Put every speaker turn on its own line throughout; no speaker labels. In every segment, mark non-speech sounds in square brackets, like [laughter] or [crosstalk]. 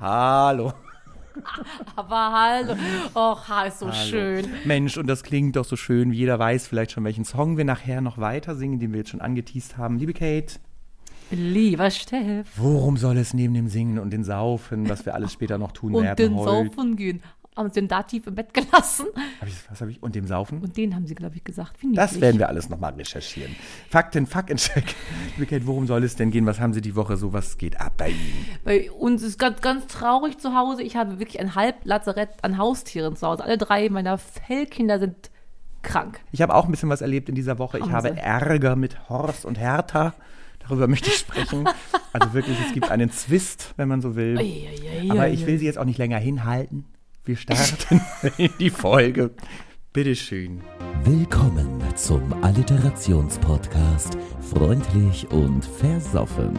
Hallo.
Aber hallo. Och, ha, ist so
Hallo.
schön.
Mensch, und das klingt doch so schön. Wie jeder weiß vielleicht schon, welchen Song wir nachher noch weiter singen, den wir jetzt schon angeteased haben. Liebe Kate,
Lieber Steff.
worum soll es neben dem Singen und dem Saufen, was wir alles später noch tun
Und
werden
den
heute?
Saufen gehen. Haben sie den da tief im Bett gelassen.
Hab ich, was habe ich? Und dem Saufen?
Und den haben sie, glaube ich, gesagt. Wie
das
niedlich.
werden wir alles nochmal recherchieren. Fakten, Fuck in Check. Liebe Kate, worum soll es denn gehen? Was haben Sie die Woche so? Was geht ab bei Ihnen?
Bei uns ist ganz, ganz traurig zu Hause. Ich habe wirklich ein Halblazarett an Haustieren zu Hause. Alle drei meiner Fellkinder sind krank.
Ich habe auch ein bisschen was erlebt in dieser Woche. Ich
Haben
habe
Sie.
Ärger mit Horst und Hertha. Darüber [laughs] möchte ich sprechen. Also wirklich, es gibt einen Zwist, wenn man so will.
Eieiei.
Aber ich will sie jetzt auch nicht länger hinhalten. Wir starten [laughs] in die Folge. Bitteschön.
Willkommen zum Alliterationspodcast Freundlich und Versoffen.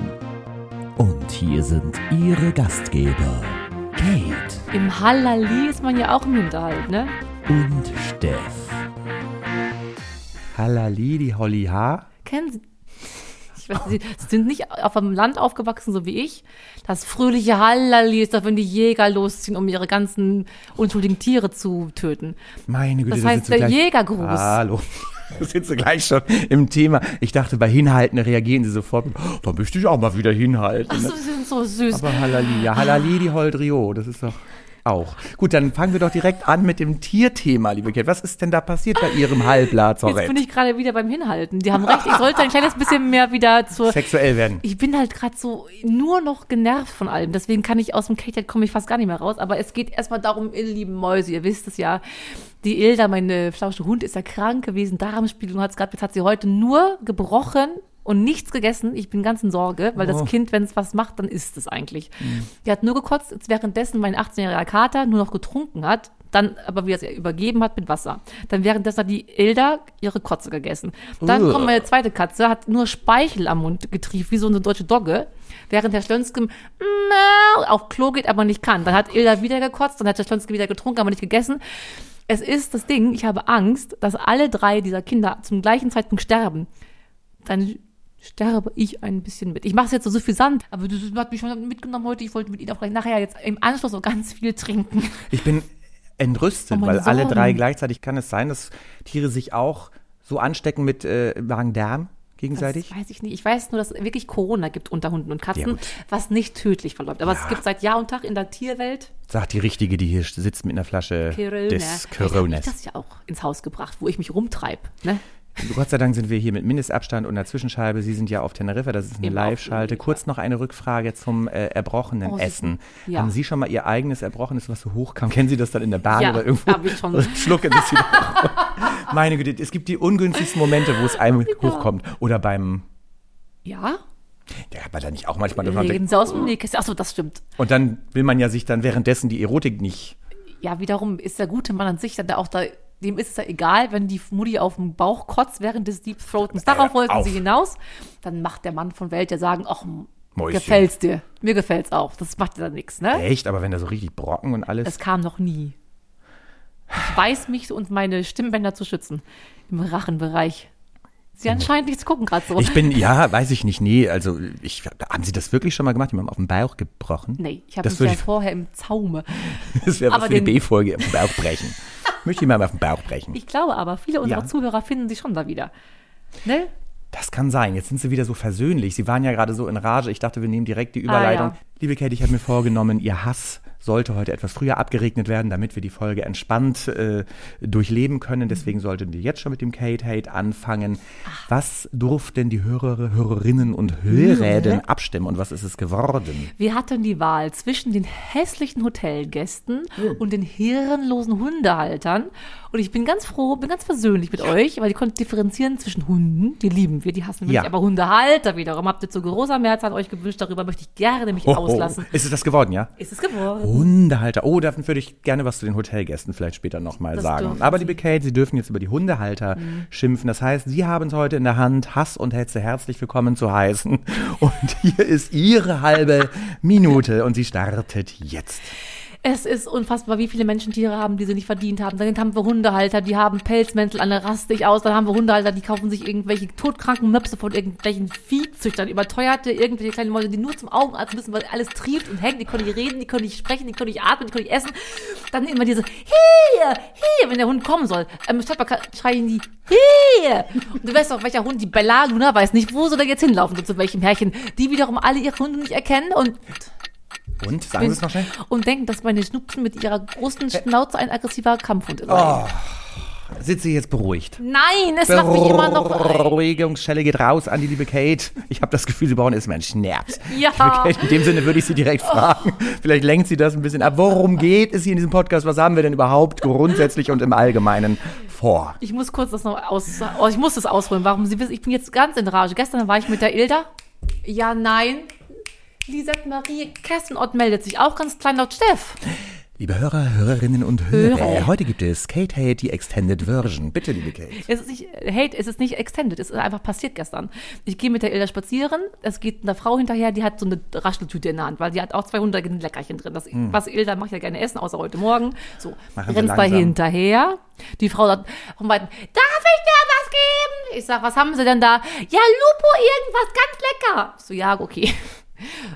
Und hier sind Ihre Gastgeber, Kate
Im Hallali ist man ja auch im Hinterhalt, ne?
und Steff.
Halali, die Holly H.
Kennen Sie? Ich weiß, Sie sind nicht auf einem Land aufgewachsen, so wie ich. Das fröhliche Hallali ist doch, wenn die Jäger losziehen, um ihre ganzen unschuldigen Tiere zu töten.
Meine Güte,
Das
da
heißt,
sitzt du
der
gleich-
Jägergruß.
Hallo. [laughs] Da sitzt du gleich schon im Thema. Ich dachte, bei Hinhalten reagieren sie sofort. mit, "Oh, Da möchte ich auch mal wieder hinhalten.
Ach so,
ne?
Sie sind so süß.
Aber Halali, ja, Halali, die Holdrio, das ist doch auch. Gut, dann fangen wir doch direkt an mit dem Tierthema, liebe Kate. Was ist denn da passiert bei Ihrem
Jetzt bin
Halblazarett?
ich gerade wieder beim Hinhalten. Die haben recht, ich sollte ein kleines bisschen mehr wieder zur.
Sexuell werden.
Ich bin halt gerade so nur noch genervt von allem. Deswegen kann ich aus dem Cake, komme ich fast gar nicht mehr raus. Aber es geht erstmal darum, ihr lieben Mäuse, ihr wisst es ja. Die Ilda, meine flausche Hund, ist ja krank gewesen, Darmspiegelung hat es gehabt. Jetzt hat sie heute nur gebrochen und nichts gegessen. Ich bin ganz in Sorge, weil
Oh.
das Kind, wenn es was macht, dann isst es eigentlich. Die hat nur gekotzt, jetzt währenddessen mein 18-jähriger Kater nur noch getrunken hat. Dann aber wieder sie übergeben hat mit Wasser. Dann währenddessen hat die Ilda ihre Kotze gegessen. Dann
Ugh.
kommt meine zweite Katze, hat nur Speichel am Mund getrieft, wie so eine deutsche Dogge. Während Herr Schlönske miau auf Klo geht, aber nicht kann. Dann hat Ilda wieder gekotzt, dann hat Herr Schlönske wieder getrunken, aber nicht gegessen. Es ist das Ding, ich habe Angst, dass alle drei dieser Kinder zum gleichen Zeitpunkt sterben. Dann sterbe ich ein bisschen mit. Ich mache es jetzt so suffisant, aber das hat mich schon mitgenommen heute. Ich wollte mit Ihnen auch gleich nachher jetzt im Anschluss so ganz viel trinken.
Ich bin entrüstet,
Oh, meine
weil alle
Sorgen.
drei gleichzeitig kann es sein, dass Tiere sich auch so anstecken mit äh, Magen-Darm gegenseitig.
Das weiß ich nicht. Ich weiß nur, dass es wirklich Corona gibt unter Hunden und
Ja,
Katzen,
gut.
was nicht tödlich verläuft. Aber
Ja.
es gibt seit Jahr und Tag in der Tierwelt
Sagt die Richtige, die hier sitzt mit einer Flasche
Corona.
des
Vielleicht hab Ich
Coronas.
habe das ja auch ins Haus gebracht, wo ich mich rumtreibe. Ne?
Gott sei Dank sind wir hier mit Mindestabstand und einer Zwischenscheibe. Sie sind ja auf Teneriffa, das ist eine
Eben
Live-Schalte.
auf Teneriffa.
Kurz noch eine Rückfrage zum äh, erbrochenen
Oh, Sie-
Essen.
ja.
Haben Sie schon mal Ihr eigenes erbrochenes, was so hochkam? Kennen Sie das dann in der Bahn
Ja,
oder irgendwo?
hab ich schon.
[laughs] Schlucken Sie es wieder. Meine Güte, es gibt die ungünstigsten Momente,
[laughs]
wo
Oh
es einem hochkommt. Oder beim,
Ja, um
der hat man da nicht auch manchmal, dass man denkt,
reden Sie aus dem Nähkästchen. Achso, das stimmt.
Und dann will man ja sich dann währenddessen die Erotik nicht.
Ja, wiederum ist der gute Mann an sich dann da auch da. Dem ist es ja egal, wenn die Mutti auf dem Bauch kotzt während des Deep Throatens. Darauf
Äh,
wollten
auf.
sie hinaus. Dann macht der Mann von Welt ja sagen, ach, m-
Mäuschen.
gefällt's dir. Mir gefällt's auch. Das macht ja dann nichts, ne?
Echt, aber wenn da so richtig Brocken und alles.
Es kam noch nie. Ich weiß mich und meine Stimmbänder zu schützen. Im Rachenbereich. Sie anscheinend nichts gucken gerade so.
Mhm. ich bin, ja, weiß ich nicht, nee, also ich, haben Sie das wirklich schon mal gemacht? Jemandem auf den Bauch gebrochen?
nee, ich habe
das
mich ja
würde
vorher im Zaume.
ich, Das wäre was
aber
für die
den-
B-Folge, auf den Bauch brechen. Möchte ich mal auf den Bauch brechen.
Ich glaube
[laughs]
aber, viele unserer
Ja.
Zuhörer finden sich schon da wieder. Ne?
Das kann sein. Jetzt sind Sie wieder so versöhnlich. Sie waren ja gerade so in Rage. Ich dachte, wir nehmen direkt die Überleitung.
Ah, ja.
Liebe Kate, ich habe mir vorgenommen, Ihr Hass sollte heute etwas früher abgeregnet werden, damit wir die Folge entspannt äh, durchleben können. Deswegen sollten wir jetzt schon mit dem Kate-Hate anfangen. Was durften die Hörer, Hörerinnen und Hörer denn abstimmen und was ist es geworden?
Wir hatten die Wahl zwischen den hässlichen Hotelgästen und den hirnlosen Hundehaltern. Und ich bin ganz froh, bin ganz versöhnlich mit euch, weil ihr konntet differenzieren zwischen Hunden, die lieben wir, die hassen wir
Ja.
nicht, aber Hundehalter wiederum habt ihr zu großer Mehrzahl euch gewünscht. Darüber möchte ich gerne mich auslassen.
Ist es das geworden, ja?
Ist es geworden?
Hundehalter. Oh, davon würde ich gerne was zu den Hotelgästen vielleicht später nochmal
Das
sagen.
dürfen
Aber
Sie. Mhm.
liebe Kate, Sie dürfen jetzt über die Hundehalter schimpfen. Das heißt, Sie haben es heute in der Hand, Hass und Hetze herzlich willkommen zu heißen. Und hier ist Ihre halbe Minute und sie startet jetzt.
Es ist unfassbar, wie viele Menschen Tiere haben, die sie nicht verdient haben. Dann haben wir Hundehalter, die haben Pelzmäntel an, da raste ich aus. Dann haben wir Hundehalter, die kaufen sich irgendwelche todkranken Möpse von irgendwelchen Viehzüchtern, überteuerte, irgendwelche kleinen Mäuse, die nur zum Augenarzt müssen, weil alles trieft und hängt. Die können nicht reden, die können nicht sprechen, die können nicht atmen, die können nicht essen. Dann immer diese, hier, hier, wenn der Hund kommen soll. Ähm, statt man kann- schreien die, hier. Und du weißt doch, welcher Hund, die Bella Luna weiß nicht, wo soll er jetzt hinlaufen, zu welchem Herrchen. Die wiederum alle ihre Hunde nicht erkennen und
Und? Sagen Sie es noch schnell.
und denken, dass meine Schnupfen mit ihrer großen Schnauze ein aggressiver Kampfhund ist.
Oh. Sind Sie jetzt beruhigt?
Nein, es macht mich immer noch.
Beruhigungsschelle Äh, geht raus an die liebe Kate. Ich habe das Gefühl, Sie brauchen erstmal einen Schnaps.
Ja. Oh.
Liebe Kate, in dem Sinne würde ich Sie direkt fragen. Vielleicht lenkt Sie das ein bisschen ab. Worum geht es hier in diesem Podcast? Was haben wir denn überhaupt grundsätzlich und im Allgemeinen vor?
Ich muss kurz das noch aus. Oh, ich muss das ausholen. Warum? Sie wissen, ich bin jetzt ganz in Rage. Gestern war ich mit der Ilda. Ja, nein. Lisette Marie Kessenott meldet sich auch ganz klein laut Steff.
Liebe Hörer, Hörerinnen und Hörer,
Hörer.
heute gibt es Kate Hate, die Extended Version. Bitte, liebe Kate.
Es ist nicht, äh, Hate, es ist nicht extended, es ist einfach passiert gestern. Ich gehe mit der Ilda spazieren, es geht einer Frau hinterher, die hat so eine Rascheltüte in der Hand, weil die hat auch 200 Leckerchen drin. Das, Was Ilda macht ja gerne essen, außer heute Morgen. So,
Hm. Machen Sie
rennst da
langsam.
hinterher. Die Frau sagt vom Weiten, darf ich dir was geben? Ich sag, was haben sie denn da? Ja, Lupo, irgendwas ganz lecker. Ich So, ja, okay. [laughs]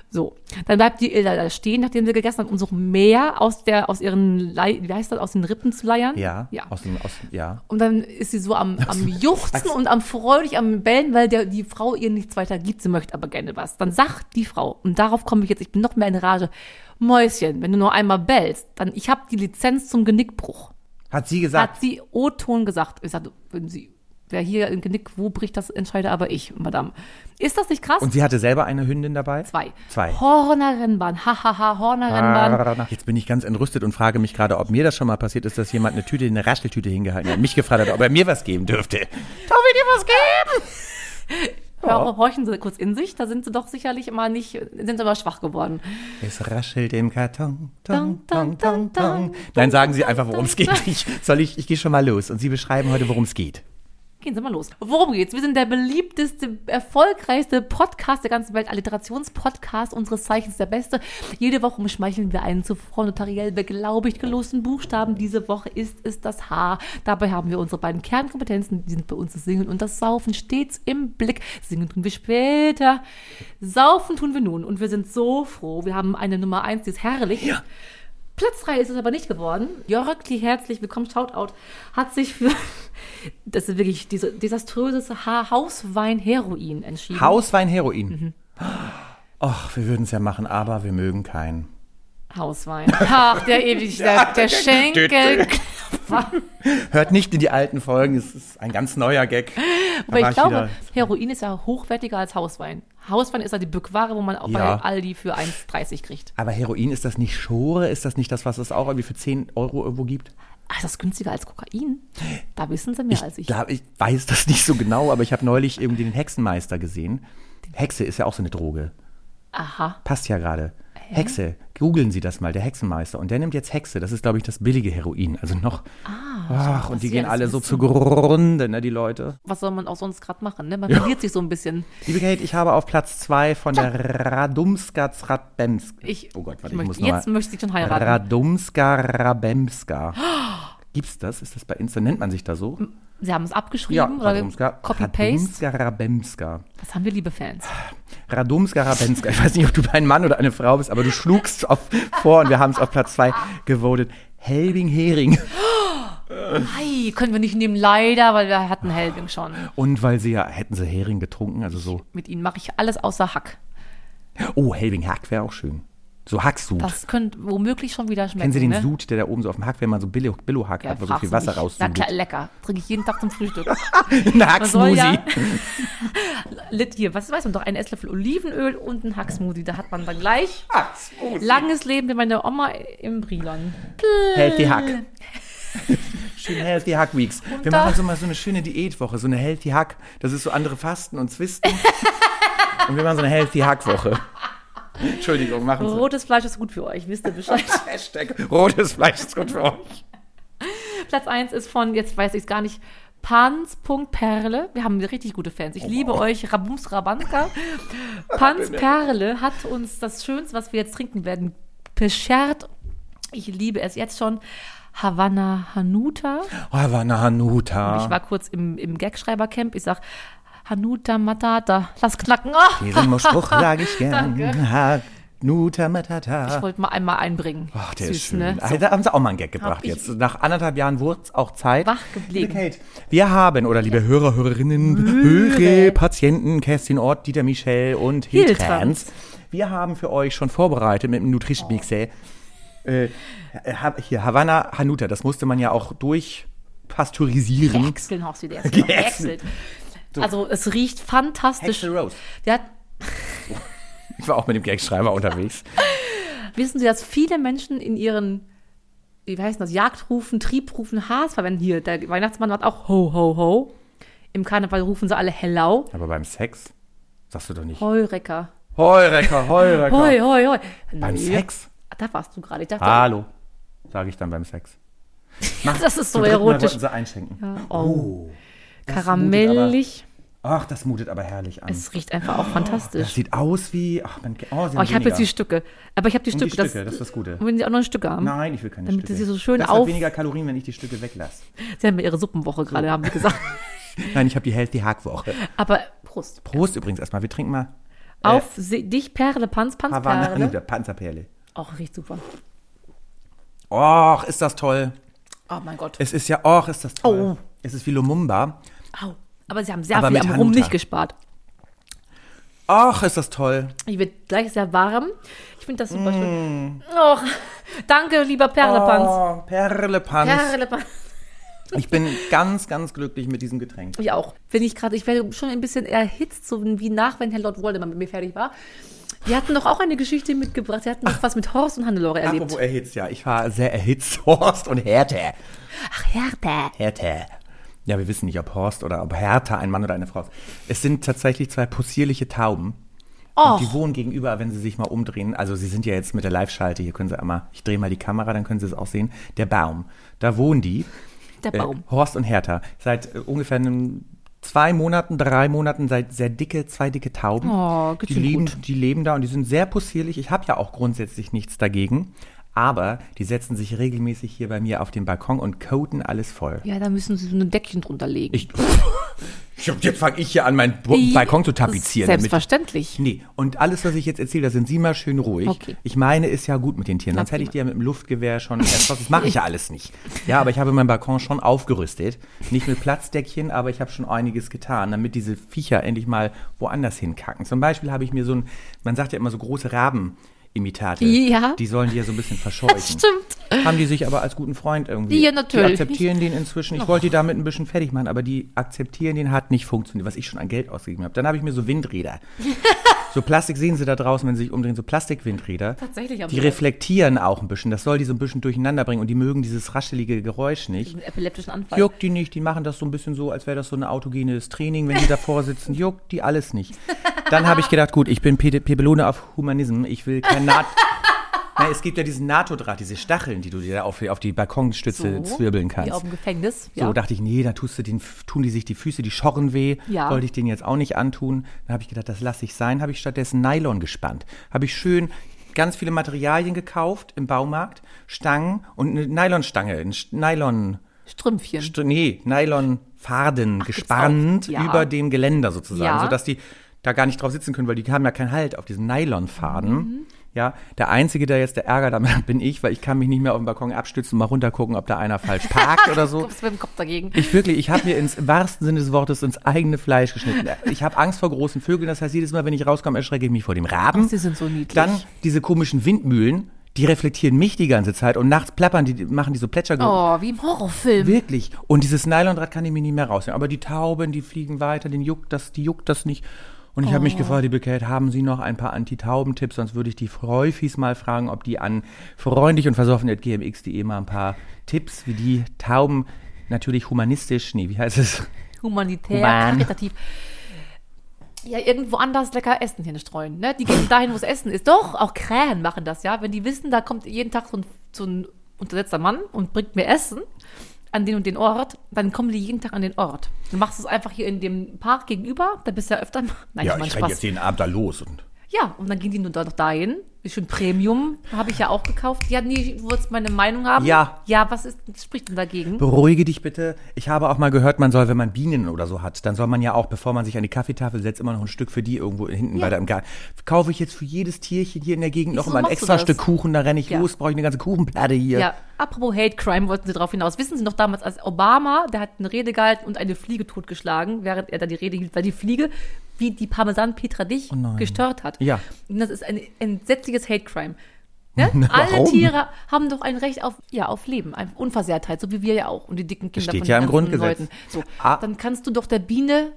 So, dann bleibt die Ilda da stehen, nachdem sie gegessen hat, um so mehr aus der, aus ihren, Lei- wie heißt das, aus den Rippen zu leiern.
Ja,
ja.
Aus dem, aus, ja.
Und dann ist sie so am, am Juchzen und am freudig am Bellen, weil der, die Frau ihr nichts weiter gibt. Sie möchte aber gerne was. Dann sagt die Frau, und darauf komme ich jetzt, ich bin noch mehr in Rage. Mäuschen, wenn du nur einmal bellst, dann ich habe die Lizenz zum Genickbruch.
Hat sie gesagt.
Hat sie O-Ton gesagt. Ich sagte, wenn sie, wer hier ein Genick wo bricht, das entscheide aber ich, Madame. Ist das nicht krass?
und sie hatte selber eine Hündin dabei?
Zwei.
Zwei. Ah.
Horner Rennbahn. Hahaha, Horner Rennbahn.
Jetzt bin ich ganz entrüstet und frage mich gerade, ob mir das schon mal passiert ist, dass jemand eine Tüte, eine Rascheltüte hingehalten hat und mich gefragt hat, ob er mir was geben dürfte.
Darf ich dir was geben?
Ja.
Horchen Sie kurz in sich, da sind sie doch sicherlich immer nicht, sind sie immer schwach geworden.
Es raschelt im Karton.
Dong,
Tong, tong,
dong,
tong,
dong.
tong. Nein, sagen Sie einfach, worum es geht. Ich, soll ich, ich gehe schon mal los und Sie beschreiben heute, worum es geht.
Gehen Sie mal los. Worum geht's? Wir sind der beliebteste, erfolgreichste Podcast der ganzen Welt, Alliterationspodcast unseres Zeichens der beste. Jede Woche umschmeicheln wir einen zuvor notariell beglaubigt gelosten Buchstaben. Diese Woche ist es das H. Dabei haben wir unsere beiden Kernkompetenzen, die sind bei uns das Singen und das Saufen stets im Blick. Singen tun wir später, saufen tun wir nun und wir sind so froh. Wir haben eine Nummer eins, die ist herrlich. Ja. Platz 3 ist es aber nicht geworden. Jörg, die herzlich willkommen, Shoutout, hat sich für [laughs] das ist wirklich diese desaströses Ha- Hauswein-Heroin entschieden.
Hauswein,
Mhm.
Heroin. Och, wir würden es ja machen, aber wir mögen keinen.
Hauswein. Ach, der ewig, der, der Schenkel.
Hört nicht in die alten Folgen, es ist ein ganz neuer Gag. Da
Aber
war
ich glaube,
wieder-
Heroin ist ja hochwertiger als Hauswein. Hauswein ist ja die Bückware, wo man auch
Ja.
bei Aldi für 1,30 kriegt.
aber Heroin, ist das nicht Schore? Ist das nicht das, was es auch irgendwie für 10 Euro irgendwo gibt?
Ah, ist das günstiger als Kokain? Da wissen sie mehr als ich.
Da, ich weiß das [laughs] nicht so genau, aber ich habe neulich irgendwie den Hexenmeister gesehen. Hexe ist ja auch so eine Droge.
Aha.
Passt ja gerade. Hexe, googeln Sie das mal, der Hexenmeister. Und der nimmt jetzt Hexe. Das ist, glaube ich, das billige Heroin. Also noch. ach, und die
passiert
gehen
Ah, das
alle
ein
so zugrunde, ne, die Leute.
Was soll man auch sonst gerade machen? Ne? Man verliert sich so ein bisschen.
Liebe Kate, ich habe auf Platz zwei von der Radomska Zrabemska.
Ich-
oh Gott,
ich
warte, ich,
möchte-
muss
jetzt
noch mal.
möchte ich schon heiraten.
Radomska Rabemska. Gibt's das? Ist das bei Insta? Nennt man sich da so?
Sie haben es abgeschrieben oder Copy-Paste.
Radomska Rabemska.
Was haben wir, liebe Fans?
Radomska Rabenska. Ich weiß nicht, ob du ein Mann oder eine Frau bist, aber du schlugst auf, vor und wir haben es auf Platz zwei gewotet. Helbing Hering.
Ei, können wir nicht nehmen, leider, weil wir
Ah.
hatten Helbing schon.
Und weil sie ja, hätten sie Hering getrunken, also so.
Mit ihnen mache ich alles außer Hack.
Oh, Helbing Hack wäre auch schön. So Hacksud.
Das könnte womöglich schon wieder schmecken.
Kennen Sie den
ne?
Sud, der da oben so auf dem Hack, wenn man so Billo- Billo-Hack hat, wo so
fragst
viel
du
Wasser
mich. Na
raussucht? [laughs]
klar, lecker. Trinke ich jeden Tag zum Frühstück.
Ein
Man soll
Hacksmoothie.
ja. [laughs] Lit hier, was weiß man doch, einen Esslöffel Olivenöl und einen Hacksmoothie. Da hat man dann gleich langes Leben wie meine Oma im Brilon.
Healthy Hack. [laughs] Schön Healthy Hack Weeks. Wir
Äh. da-
machen so mal so eine schöne Diätwoche, so eine Healthy Hack. Das ist so andere Fasten und
[laughs]
Zwisten. und wir machen so eine Healthy Hack Woche. Entschuldigung, machen Sie.
Rotes Fleisch ist gut für euch, wisst ihr Bescheid.
Hashtag rotes Fleisch ist gut für euch.
Platz 1 ist von, jetzt weiß ich es gar nicht, Pans.perle. Wir haben richtig gute Fans.
Oh,
Ich liebe euch,
[laughs]
Rabums Rabanka. Pans Perle hat uns das Schönste, was wir jetzt trinken werden, beschert. Ich liebe es jetzt schon. Havana Hanuta.
Havana
Ich
Hanuta.
war kurz im, im Gagschreibercamp. Ich sag, Hanuta Matata, lass knacken. Ah! [laughs]
Diesen Spruch sage ich gern. Hanuta
Ich
Matata.
wollte mal einmal einbringen.
Ach, der ist
Süß,
schön.
ne?
Ah, Da haben sie auch mal einen Gag gebracht
ich-
jetzt. Nach anderthalb Jahren wurde es auch Zeit.
Wach geblieben.
Liebe Kate, wir haben, oder liebe Hörer, Hörerinnen, Höre, Patienten, Kerstin Ort, Dieter Michel und
Hiltrans.
Hiltrans, wir haben für euch schon vorbereitet mit dem Nutrition Mixel.
Oh.
Äh, Ha- hier, Havanna Hanuta, das musste man ja auch durchpasteurisieren.
Gehäckseln, Horst, wie
[laughs]
der jetzt
hm. Gehäckselt.
gehäckselt. Also es riecht fantastisch.
Hexel Rose.
Der hat
Ich war auch mit dem Gagschreiber unterwegs.
Wissen Sie, dass viele Menschen in ihren, wie heißt das, Jagdrufen, Triebrufen Haars verwenden? Hier, der Weihnachtsmann macht auch ho, ho, ho. Im Karneval rufen sie alle hellau.
Aber beim Sex sagst du doch nicht.
Heurecker.
Heurecker, Heurecker.
Hoi, hoi, hoi.
Beim
Nö.
Sex?
Ah, Da warst du gerade. Ich dachte, oh,
Hallo, sage ich dann beim Sex.
das ist so
Zum dritten Mal
erotisch.
wollten sie einschenken.
Oh,
Das mutet
karamellig.
Aber, ach, das mutet aber herrlich an.
Es riecht einfach auch
Das
fantastisch.
sieht aus wie. Ach, man, oh, sie
Oh, ich habe jetzt die
weniger.
Stücke. Aber ich habe die
Und
Stücke.
die Stücke, das ist das Gute.
Wenn Sie auch noch ein Stück haben.
Nein, ich will keine
Damit
Stücke.
sie so schön
das
auf-
hat weniger Kalorien, wenn ich die Stücke weglasse.
Sie haben ja Ihre Suppenwoche gerade, haben Sie
[laughs]
gesagt.
Nein, ich habe die Healthy Hackwoche.
Aber Prost.
Prost übrigens erstmal. Wir trinken mal
Auf se- dich, Perle, Panz, Panz,
Havana
Perle.
Hanuta, Panzerperle.
Auch riecht super.
Och, ist das toll.
Oh mein Gott.
Es ist ja, och, ist das toll.
Oh.
Es ist wie Lumumba.
Au. Aber sie haben sehr
Aber
viel
mit
am Rum
Hanuta.
nicht gespart.
Och, ist das toll.
Ich wird gleich sehr warm. Ich finde das
Mm.
super schön. Och, [laughs] danke, lieber Perlepanz.
Oh, Perlepanz.
Perlepanz.
Ich bin ganz, ganz glücklich mit diesem Getränk.
Ich auch. Wenn ich gerade, ich werde schon ein bisschen erhitzt, so wie nach, wenn Herr Lord Voldemort mit mir fertig war. Wir hatten doch auch eine Geschichte mitgebracht. Sie hatten doch was mit Horst und Hannelore erlebt.
Apropos erhitzt, ja. Ich war sehr erhitzt, [laughs] Horst und Härte.
Ach, Härte.
Hertha. Ja, wir wissen nicht, ob Horst oder ob Hertha ein Mann oder eine Frau ist. Es sind tatsächlich zwei possierliche Tauben.
Och.
Und die wohnen gegenüber, wenn sie sich mal umdrehen. Also sie sind ja jetzt mit der Live-Schalte, hier können sie einmal, ich drehe mal die Kamera, dann können sie es auch sehen. Der Baum. Da wohnen die.
Der Baum.
Äh, Horst und Hertha. Seit äh, ungefähr einem, zwei Monaten, drei Monaten, seit sehr dicke, zwei dicke Tauben.
Oh, geht's
die,
ihnen
leben, die leben da und die sind sehr possierlich. Ich habe ja auch grundsätzlich nichts dagegen. Aber die setzen sich regelmäßig hier bei mir auf den Balkon und coaten alles voll.
Ja, da müssen sie so ein Deckchen drunter legen.
Ich, [laughs] ich hab, jetzt fange ich hier an, meinen Bo-
Die-
Balkon zu tapezieren. damit-
Selbstverständlich.
Nee, und alles, was ich jetzt erzähle, da sind Sie mal schön ruhig.
Okay.
Ich meine, ist ja gut mit den Tieren. Sonst
Na,
hätte ich
prima.
die ja mit dem Luftgewehr schon erschossen. Das mache ich ja alles nicht. Ja, aber ich habe meinen Balkon schon aufgerüstet. Nicht mit Platzdeckchen, aber ich habe schon einiges getan, damit diese Viecher endlich mal woanders hinkacken. Zum Beispiel habe ich mir so ein, man sagt ja immer so große Rabenimitate.
Ja.
Die sollen die ja so ein bisschen verscheuchen.
Das [laughs] stimmt.
Haben die sich aber als guten Freund irgendwie.
Ja, natürlich.
Die akzeptieren den inzwischen. Ich wollte die damit ein bisschen fertig machen, aber die akzeptieren den hat nicht funktioniert, was ich schon an Geld ausgegeben habe. Dann habe ich mir so
[laughs]
Windräder. so Plastik sehen sie da draußen, wenn sie sich umdrehen, so Plastikwindräder.
Tatsächlich haben
Die
die-
reflektieren auch ein bisschen. Das soll die so ein bisschen durcheinander bringen und die mögen dieses raschelige Geräusch nicht.
Einen epileptischen Anfall.
Juckt die nicht, die machen das so ein bisschen so, als wäre das so ein autogenes Training, wenn die davor sitzen. Juckt die alles nicht. Dann habe ich gedacht, gut, ich bin Pe Pebelone auf Humanism, ich will kein Naht. Nein, es gibt ja diesen NATO-Draht, diese Stacheln, die du dir da auf, auf die Balkonstütze zwirbeln
Wie auf
kannst.
dem Gefängnis.
So dachte ich, nee, da tust du den, tun die sich die Füße, die schorren weh.
Ja.
Wollte ich den jetzt auch nicht antun. Dann habe ich gedacht, das lasse ich sein. Habe ich stattdessen Nylon gespannt. Habe ich schön ganz viele Materialien gekauft im Baumarkt, Stangen und eine Nylonstange, ein Sch- Nylon.
Strümpfchen.
St- nee, Nylonfaden
gibt's
gespannt
auch. Ja.
über dem Geländer sozusagen,
Ja.
sodass die da gar nicht drauf sitzen können, weil die haben ja keinen Halt auf diesen Nylonfaden.
Mhm.
Ja, der Einzige, der jetzt der Ärger damit hat, bin ich, weil ich kann mich nicht mehr auf den Balkon abstützen und mal runtergucken, ob da einer falsch parkt oder
[laughs]
so.
Kommst du mit dem Kopf dagegen?
Ich wirklich, ich habe mir ins im wahrsten Sinne des Wortes ins eigene Fleisch geschnitten. Ich habe Angst vor großen Vögeln, das heißt, jedes Mal, wenn ich rauskomme, erschrecke ich mich vor dem Raben.
Ach, sie sind so niedlich.
Dann diese komischen Windmühlen, die reflektieren mich die ganze Zeit und nachts plappern die, die machen die so Plätschergeräusche.
Oh, wie im Horrorfilm.
Wirklich. Und dieses Nylondraht kann ich mir nicht mehr rausnehmen. Aber die Tauben, die fliegen weiter, den juckt das, die juckt das nicht. Und ich habe mich gefragt, liebe Kate, haben Sie noch ein paar Anti-Tauben-Tipps? Sonst würde ich die Freufis mal fragen, ob die an freundlich und versoffen.gmx.de mal ein paar Tipps, wie die Tauben natürlich humanistisch, nee, wie heißt es?
Humanitär,
Human.
karitativ. Ja, irgendwo anders lecker Essen hinstreuen. Ne? Die gehen dahin, wo es Essen ist. Doch, auch Krähen machen das, ja. Wenn die wissen, da kommt jeden Tag so ein, so ein untersetzter Mann und bringt mir Essen an den und den Ort, dann kommen die jeden Tag an den Ort. Du machst es einfach hier in dem Park gegenüber, da bist du ja öfter mal. Nein, mach mal Spaß.
jeden Abend da los. Und
Ja, und dann ging die nur da noch dahin. Schön Premium habe ich ja auch gekauft. Ja, nee, du wolltest meine Meinung haben.
Ja.
Ja, was ist, was spricht denn dagegen?
Beruhige dich bitte. Ich habe auch mal gehört, man soll, wenn man Bienen oder so hat, dann soll man ja auch, bevor man sich an die Kaffeetafel setzt, immer noch ein Stück für die irgendwo hinten
Ja.
weiter im Garten. Kaufe ich jetzt für jedes Tierchen hier in der Gegend noch
Wieso
immer ein
machst du
extra
das?
Stück Kuchen, da renne ich
Ja.
los, brauche ich eine ganze Kuchenplatte hier.
Ja, apropos Hate Crime wollten sie darauf hinaus. Wissen Sie noch damals, als Obama, der hat eine Rede gehalten und eine Fliege totgeschlagen, während er da die Rede hielt, weil die Fliege wie die Parmesan-Petra dich
Oh nein.
gestört hat.
Ja.
Und das ist ein entsetzliches Hate Crime. Ne?
Na, [laughs]
Alle
warum?
Tiere haben doch ein Recht auf, ja, auf Leben, auf Unversehrtheit, so wie wir ja auch und die dicken Kinder
Steht
von
ja
den
im
ganzen
Grundgesetz.
Leuten. So,
Ah.
dann kannst du doch der Biene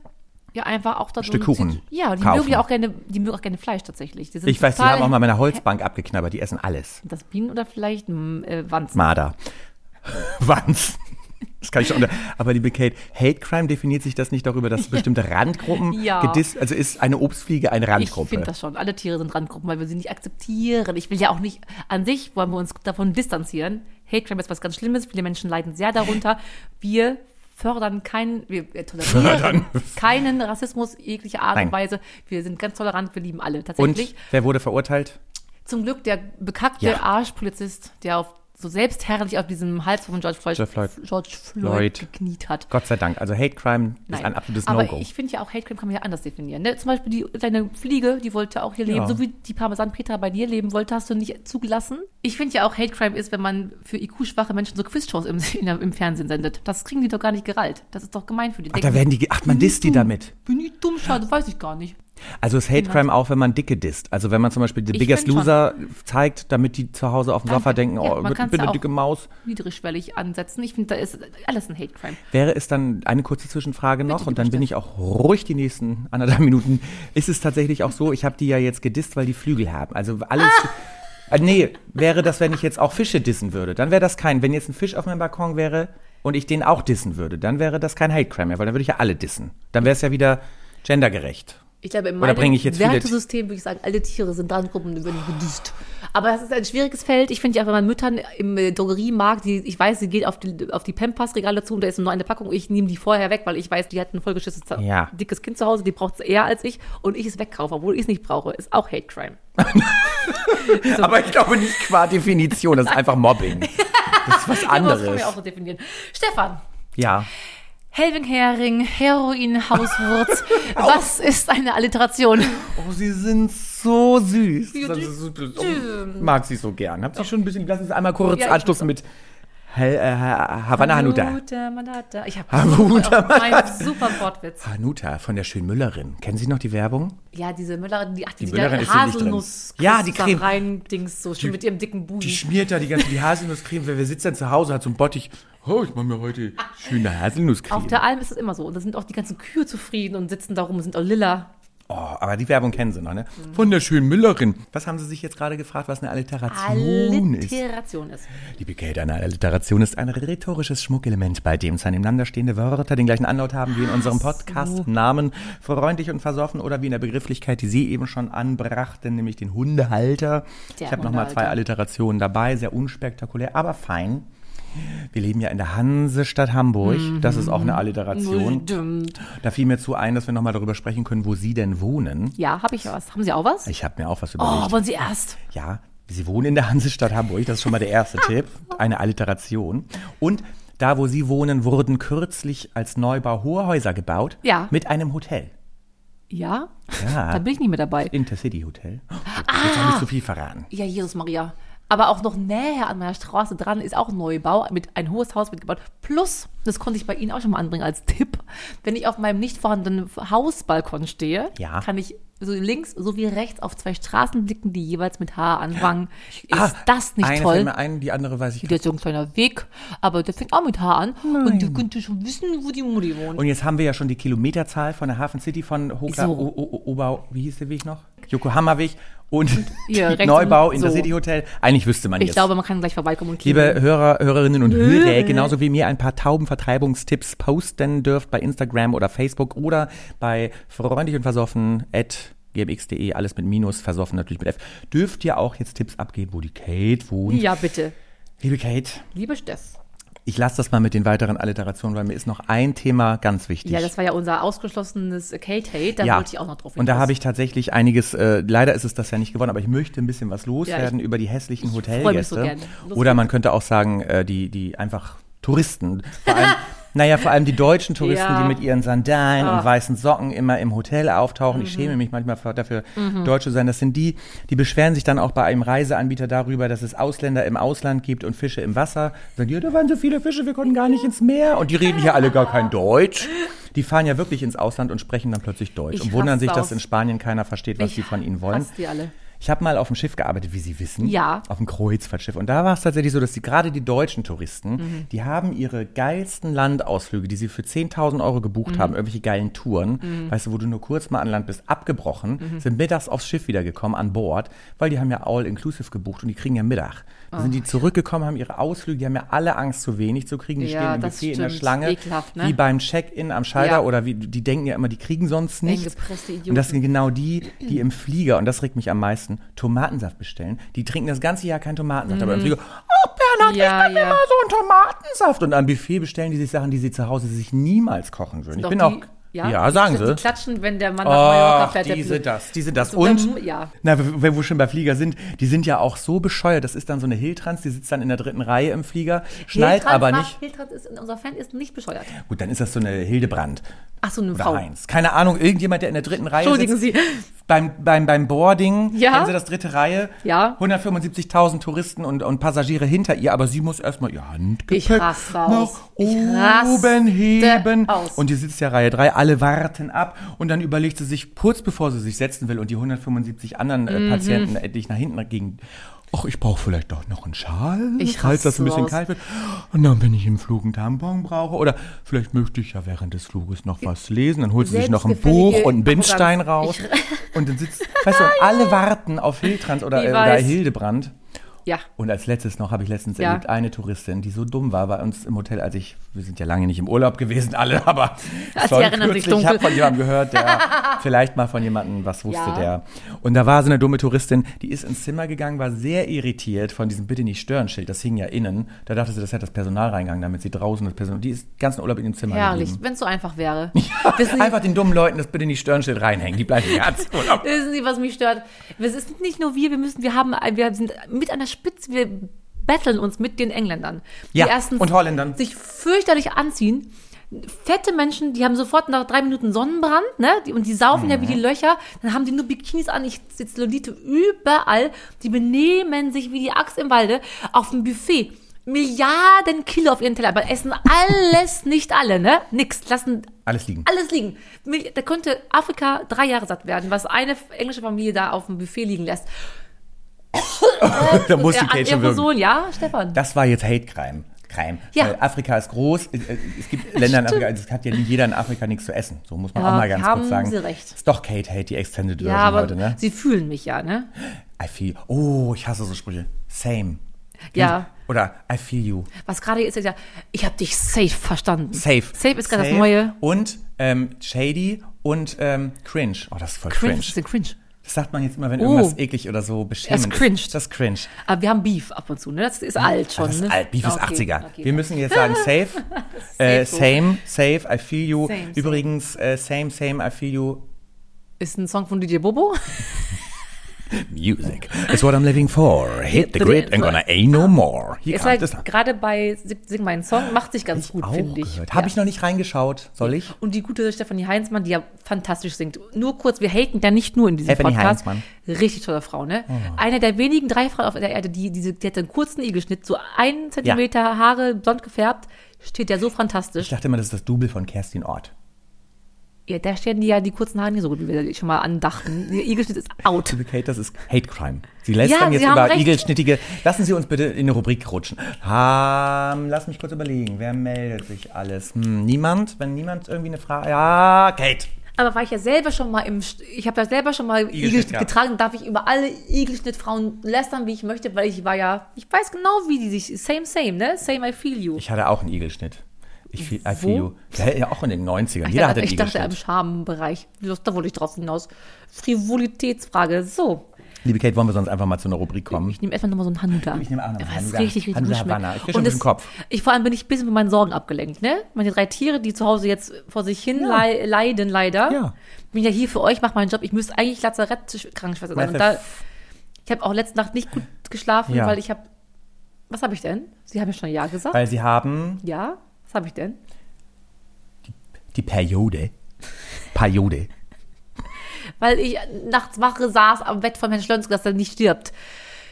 ja einfach auch da so
Stück
ein-
Kuchen
Ja, die
kaufen.
mögen ja auch gerne, die mögen auch gerne Fleisch tatsächlich. Die sind
Ich weiß, die
total-
haben auch mal meine Holzbank abgeknabbert, die essen alles.
Sind Das Bienen oder vielleicht mm, äh, Wanzen.
Marder. [laughs] Wanz. Das kann ich schon unter. Aber liebe Kate, Hate Crime definiert sich das nicht darüber,
[laughs]
dass bestimmte Randgruppen
Ja.
gedis also ist eine Obstfliege eine
Ich finde
Randgruppe.
das schon. Alle Tiere sind Randgruppen, weil wir sie nicht akzeptieren. Ich will ja auch nicht, an sich wollen wir uns davon distanzieren. Hate Crime ist was ganz Schlimmes. Viele Menschen leiden sehr darunter. Wir fördern keinen, wir wir tolerieren
Fördern.
keinen Rassismus jeglicher Art und
Nein.
Weise. Wir sind ganz tolerant, wir lieben alle tatsächlich.
Und wer wurde verurteilt?
Zum Glück der bekackte
Ja.
Arschpolizist, der auf so selbstherrlich auf diesem Hals von George Floyd,
George Floyd.
George Floyd,
Floyd.
gekniet hat.
Gott sei Dank. Also Hate Crime ist ein absolutes
aber
No-Go.
ich finde ja auch Hate Crime kann man ja anders definieren. Ne? Zum Beispiel die deine Fliege, die wollte auch hier leben, so wie die Parmesan Petra bei dir leben wollte, hast du nicht zugelassen. Ich finde ja auch Hate Crime ist, wenn man für IQ-schwache Menschen so Quizshows im, [laughs] in der- im Fernsehen sendet. Das kriegen die doch gar nicht gerallt. Das ist doch gemein für die.
Ach, da werden die, ge- ach, man disst die damit.
Bin ich dumm, schade, weiß ich gar nicht.
Also ist Hate Crime auch, wenn man Dicke disst. Also wenn man zum Beispiel The
Genau. Ich
Biggest
find schon.
Loser zeigt, damit die zu Hause auf dem
Danke.
Sofa denken,
Ja,
oh,
man
ich
kann's
bin
ja
eine
auch-
dicke Maus.
Niedrigschwellig ansetzen. Ich finde, da ist alles ein Hate Crime.
Wäre es dann eine kurze Zwischenfrage noch
Bitte,
und dann
lieber
bin ich auch ruhig die nächsten anderthalb Minuten. Ist es tatsächlich auch so, ich habe die ja jetzt gedisst, weil die Flügel haben. Also alles.
Ah!
Äh, Nee, wäre das, wenn ich jetzt auch Fische dissen würde, dann wäre das kein. Wenn jetzt ein Fisch auf meinem Balkon wäre und ich den auch dissen würde, dann wäre das kein Hate Crime mehr, weil dann würde ich ja alle dissen. Dann wäre es ja wieder gendergerecht.
Ich glaube, in
Oder
meinem
bringe ich jetzt viele-
Wertesystem würde ich sagen, alle Tiere sind Randgruppen und werden gedüst. Aber das ist ein schwieriges Feld. Ich finde ja, wenn man Müttern im äh, Drogeriemarkt, die, ich weiß, sie geht auf die, auf die Pampers-Regale zu und da ist nur eine Packung, ich nehme die vorher weg, weil ich weiß, die hat ein vollgeschissenes,
Ja.
dickes Kind zu Hause, die braucht es eher als ich und ich es wegkaufe, obwohl ich es nicht brauche. Ist auch Hate Crime.
[laughs] Aber ich glaube nicht qua Definition, das ist einfach [laughs] Mobbing. Das ist was
Aber Das können
anderes.
wir auch so definieren. Stefan,
Ja.
Helving-Hering, Heroin, Hauswurz. [laughs] was ist eine Alliteration?
Oh, sie sind so süß.
Ja, die-
Ich mag sie so gern. Hab sie schon ein bisschen, lass uns einmal kurz
Ja, ich-
anstoßen mit Hel- äh, Ha- Havanna Hanuta.
Hanuta Manata. Ich habe
Hanuta
einen super Wortwitz.
Hanuta von der schönen Müllerin. Kennen Sie noch die Werbung?
Ja, diese Müllerin, die, ach, die, die,
Müllerin
die
ist hier nicht drin.
Haselnuss
Ja, die Creme.
rein Dings so schön mit ihrem dicken Busen.
schmiert da die ganze die Haselnusscreme. Wer, wer sitzt denn zu Hause, hat so einen Bottich. Oh, ich mache mir heute schöne
Auf
Haselnusscreme.
der Alm ist es immer so. Und da sind auch die ganzen Kühe zufrieden und sitzen da rum und sind auch lila.
Oh, aber die Werbung kennen Sie noch, ne? Von der schönen Müllerin. Was haben Sie sich jetzt gerade gefragt, was eine Alliteration ist?
Alliteration ist.
Liebe Kate, eine Alliteration ist ein rhetorisches Schmuckelement, bei dem zwei nebeneinander stehende Wörter den gleichen Anlaut haben wie in unserem Podcast-Namen freundlich und versoffen oder wie in der Begrifflichkeit, die Sie eben schon anbrachten, nämlich den Hundehalter.
Der
ich habe nochmal zwei
Hundehalter.
Alliterationen dabei, sehr unspektakulär, aber fein. Wir leben ja in der Hansestadt Hamburg.
Mhm.
Das ist auch eine Alliteration.
Stimmt.
Da fiel mir zu ein, dass wir nochmal darüber sprechen können, wo Sie denn wohnen.
Ja, habe ich was. Haben Sie auch was?
Ich habe mir auch was überlegt.
Oh, wollen Sie erst?
Ja, Sie wohnen in der Hansestadt Hamburg, das ist schon mal der erste Tipp, eine Alliteration. Und da, wo Sie wohnen, wurden kürzlich als Neubau hohe Häuser gebaut
Ja.
mit einem Hotel.
Ja?
Ja.
[laughs] Dann bin ich nicht mehr dabei.
Intercity Hotel. Oh, Jetzt
Ah.
habe ich zu viel verraten.
Ja, Jesus Maria. Aber auch noch näher an meiner Straße dran ist auch Neubau, mit ein hohes Haus wird gebaut. Plus, das konnte ich bei Ihnen auch schon mal anbringen als Tipp, wenn ich auf meinem nicht vorhandenen Hausbalkon stehe,
Ja.
kann ich so links sowie rechts auf zwei Straßen blicken, die jeweils mit H anfangen. Ist
Ah,
das nicht
eine
toll?
Fällt mir ein, die andere weiß ich
Wieder so ein kleiner Weg, aber der fängt auch mit H an. Und du könntest schon wissen, wo die Mutti wohnt.
Und jetzt haben wir ja schon die Kilometerzahl von der Hafen City von Hokla,
So.
o, o, o, Obau, wie hieß der Weg noch? Yokohama-Weg und
hier
[laughs] die
rechts
Neubau
und-
Intercity
so.
Hotel. Eigentlich wüsste man
ich
jetzt.
glaube, man kann gleich vorbeikommen und
Liebe
klingeln.
Hörer, Hörerinnen und Hörer,
Hm.
genauso wie mir ein paar Taubenvertreibungstipps posten dürft bei Instagram oder Facebook oder bei freundlich und versoffen at gmx.de, alles mit Minus, versoffen natürlich mit F, dürft ihr auch jetzt Tipps abgeben, wo die Kate wohnt.
Ja, bitte.
Liebe Kate,
Liebe Steff.
Ich lasse das mal mit den weiteren Alliterationen, weil mir ist noch ein Thema ganz wichtig.
Ja, das war ja unser ausgeschlossenes Kate-Hate, da
Ja.
wollte ich auch noch drauf
Und da
hinaus.
habe ich tatsächlich einiges, äh, leider ist es das ja nicht geworden, aber ich möchte ein bisschen was loswerden über die hässlichen
freu mich so
Hotelgäste.
gerne. Los
Oder man könnte auch sagen, äh, die, die einfach Touristen. Vor
[laughs]
allem, naja, vor allem die deutschen Touristen,
Ja.
die mit ihren Sandalen
Ah. Mhm.
und weißen Socken immer im Hotel auftauchen. Ich schäme mich manchmal für- dafür, Deutsche zu sein. Das sind die, die beschweren sich dann auch bei einem Reiseanbieter darüber, dass es Ausländer im Ausland gibt und Fische im Wasser. Sagen, die, ja, da waren so viele Fische, wir konnten gar nicht ins Meer. Und die reden hier alle gar kein Deutsch. Die fahren ja wirklich ins Ausland und sprechen dann plötzlich Deutsch
Ich
und wundern
raste
sich, dass
aus.
in Spanien keiner versteht, was
Ich
die von ihnen wollen.
hasse die alle.
Ich habe mal auf dem Schiff gearbeitet, wie Sie wissen.
Ja.
Auf dem Kreuzfahrtschiff. Und da war es tatsächlich so, dass die, gerade die deutschen Touristen,
Mhm.
die haben ihre geilsten Landausflüge, die sie für 10.000 Euro
Mhm.
gebucht haben, irgendwelche geilen Touren, weißt du, wo du nur kurz mal an Land bist, abgebrochen,
Mhm.
sind mittags aufs Schiff wiedergekommen, an Bord, weil die haben ja All-Inclusive gebucht und die kriegen ja Mittag. Da sind die zurückgekommen, haben ihre Ausflüge, die haben ja alle Angst, zu wenig zu kriegen. Die
Ja,
stehen im
das
Buffet in der
stimmt.
Schlange,
Ekelhaft, ne?
wie beim Check-in am Schalter
Ja.
oder wie, die denken ja immer, die kriegen sonst nichts.
Eingepresste
Und das
Idioten.
sind genau die, die im Flieger, und das regt mich am meisten, Tomatensaft bestellen. Die trinken das ganze Jahr keinen Tomatensaft, aber im Flieger, oh Bernhard,
Mhm. Ja,
ich kann
ja.
mir mal so einen Tomatensaft. Und am Buffet bestellen die sich Sachen, die sie zu Hause sich niemals kochen würden. Ich
Doch
bin
die-
auch, ja,
ja,
sagen
die,
sie.
Die klatschen, wenn der Mann nach Mallorca
Ach,
fährt. der
diese
Pilot.
das, diese das.
So,
und,
dann- ja.
na, wenn wir wo wir schon bei Flieger sind, die sind ja auch so bescheuert. Das ist dann so eine Hiltrans, die sitzt dann in der dritten Reihe im Flieger, schnallt
Hiltrans
aber
macht-
nicht.
Hiltrans ist, unser Fan ist nicht bescheuert.
Gut, dann ist das so eine Hildebrand
Ach so, eine
oder
Frau.
Heinz. Keine Ahnung, irgendjemand, der in der dritten Reihe sitzt.
Entschuldigen Sie.
Beim, beim, beim Boarding,
Ja.
kennen Sie das dritte Reihe?
Ja.
175.000 Touristen und, und Passagiere hinter ihr, aber sie muss erstmal ihr Handgepäck
Ich raste
nach
aus. Ich
oben
raste
heben.
aus.
Und die sitzt ja Reihe 3, alle warten ab und dann überlegt sie sich kurz bevor sie sich setzen will und die 175 anderen
Mhm.
äh, Patienten endlich nach hinten gegen. Ach, ich brauche vielleicht doch noch einen Schal,
Ich
falls das
raste
ein bisschen
aus.
kalt wird. Und dann, wenn ich im Flug einen Tampon brauche oder vielleicht möchte ich ja während des Fluges noch was lesen, dann holt sie sich noch ein Buch
Selbstgefällige
und einen Bindstein raus.
Arroganz.
Und dann sitzt, weißt du, und alle warten auf Hiltrans oder,
Ah, Ich
äh, oder
weiß.
Hildebrand.
Ja.
Und als letztes noch habe ich letztens
Ja.
erlebt, eine Touristin, die so dumm war bei uns im Hotel, als ich, wir sind ja lange nicht im Urlaub gewesen, alle, [laughs] aber
Ja,
schon
die erinnern sich
kürzlich, ich habe
dunkel.
von jemandem gehört,
[laughs]
der vielleicht mal von jemandem was wusste,
Ja.
der. Und da war so eine dumme Touristin, die ist ins Zimmer gegangen, war sehr irritiert von diesem Bitte nicht stören Schild, das hing ja innen. Da dachte sie, das hätte das Personal reingegangen, damit sie draußen das Personal, die ist den ganzen Urlaub in dem Zimmer
Herrlich,
geblieben.
wenn es so
[laughs]
einfach wäre. Wissen Sie,
Einfach den dummen Leuten das Bitte nicht stören Schild reinhängen, die bleiben den ganzen Urlaub.
Wissen Sie, was mich stört? Es ist nicht nur wir, wir müssen, wir haben, wir sind mit an der Spitze, wir betteln uns mit den Engländern.
Ja,
die erstens
und Holländern.
sich fürchterlich anziehen. Fette Menschen, die haben sofort nach drei Minuten Sonnenbrand, ne? Die- Und die saufen ja wie
Mhm.
die Löcher. Dann haben die nur Bikinis an. Ich sitze Lolite überall. Die benehmen sich wie die Axt im Walde auf dem Buffet. Milliarden Kilo auf ihren Teller, aber essen alles, nicht alle, ne? Nix. Lassen
Alles liegen.
alles liegen. Mil- Da könnte Afrika drei Jahre satt werden, was eine f- englische Familie da auf dem Buffet liegen lässt.
[laughs] da muss die
Äh, an
Kate schon wirken.
Aerosolen, ja, Stefan?
Das war jetzt Hate Crime. Crime.
Ja.
Weil Afrika ist groß. äh, äh, Es gibt Länder in Afrika, also es hat ja nicht jeder in Afrika nichts zu essen. So muss man
Ja,
auch mal ganz
haben
kurz sagen.
Sie recht.
Ist doch Kate Hate, die Extended
ja,
Version
aber
heute, ne?
sie fühlen mich ja, ne?
I feel. Oh, ich hasse so Sprüche. Same. Hm?
Ja.
Oder I feel you.
Was gerade ist, ist ja, ich habe dich safe verstanden.
Safe.
Safe ist gerade das
Safe
neue.
Und ähm, Shady und ähm, Cringe. Oh, das ist voll
Cringe.
cringe.
Ist ein cringe.
Das sagt man jetzt immer, wenn
Oh.
irgendwas eklig oder so beschämend
Das cringe.
ist. Das ist cringe.
Aber wir haben Beef ab und zu, ne? Das ist alt schon,
Ah, Also Das
ne?
ist alt, Beef ist
Okay,
80er.
okay.
Wir müssen jetzt
[laughs]
sagen, safe, äh,
so.
same, safe, I feel you.
Same, same.
Übrigens, äh, same, same, I feel you.
Ist ein Song von Didier Bobo?
Music is what I'm living for. Hit the
the
grid
grid
and
and
gonna ain't no more. Hier
ist
kommt
halt
das hab
gerade bei Sing Sing meinen Song, macht sich ganz gut, finde ich.
gehört. Habe ich noch nicht reingeschaut. Soll ich?
Und die gute Stefanie Heinzmann, die ja fantastisch singt. Nur kurz, wir haten ja nicht nur in diesem
Stephanie
Podcast.
Heinzmann. Oh.
Richtig tolle Frau, ne? Eine der wenigen drei Frauen auf der Erde, die, diese, die hat einen kurzen Igelschnitt, so einen Zentimeter Haare blond gefärbt, steht ja so
Ich
fantastisch.
dachte immer, das ist das Double von Kerstin Ort.
Ja, da stehen die ja die kurzen Haare nicht so gut, wie wir schon mal andachten. Der Igelschnitt ist out.
Liebe Kate, das ist Hate Crime. Sie lässt
Ja,
dann jetzt
Sie haben
über
recht.
igelschnittige. Lassen Sie uns bitte in eine Rubrik rutschen. Ähm, lass mich kurz überlegen. Wer meldet sich alles? Hm, niemand? Wenn niemand irgendwie eine Frage. Ja, Kate.
Aber war ich ja selber schon mal im, St- ich habe ja selber schon mal Igelschnitt,
ja.
getragen, darf ich über alle Igelschnittfrauen lästern, wie ich möchte, weil ich war ja, ich weiß genau, wie die sich, same, same, ne? Same, I feel you.
Ich hatte auch einen Igelschnitt. Ich feel, I
Wo?
feel you. Ja, ja, auch in den 90ern.
Ich
Jeder
dachte,
hatte einen
ich dachte
Igelschnitt.
im Schambereich. Da wollte ich drauf hinaus. Frivolitätsfrage. So.
Liebe Kate, wollen wir sonst einfach mal zu einer Rubrik kommen?
Ich nehme erstmal nochmal so einen Hanuta.
Ich nehme auch noch
Das
einen
ist
Hanuta.
richtig, richtig
Hanuta
gut
Havanna. Ich krieg schon ein
Und
bisschen
es-
Kopf.
Ich vor allem bin ich ein bisschen von meinen Sorgen abgelenkt, ne? Meine drei Tiere, die zu Hause jetzt vor sich hin
Ja.
lei- leiden, leider.
Ja.
Bin ja hier für euch, mache meinen Job. Ich müsste eigentlich Lazarett-Krankenschwester sein. Und da, ich habe auch letzte Nacht nicht gut geschlafen,
Ja.
weil ich habe. Was habe ich denn? Sie haben ja schon Ja gesagt.
Weil sie haben
ja? Was habe ich denn?
die Periode.
[laughs]
Periode.
Weil ich nachts wache, saß am Bett von Herrn Schlönske, dass er nicht stirbt.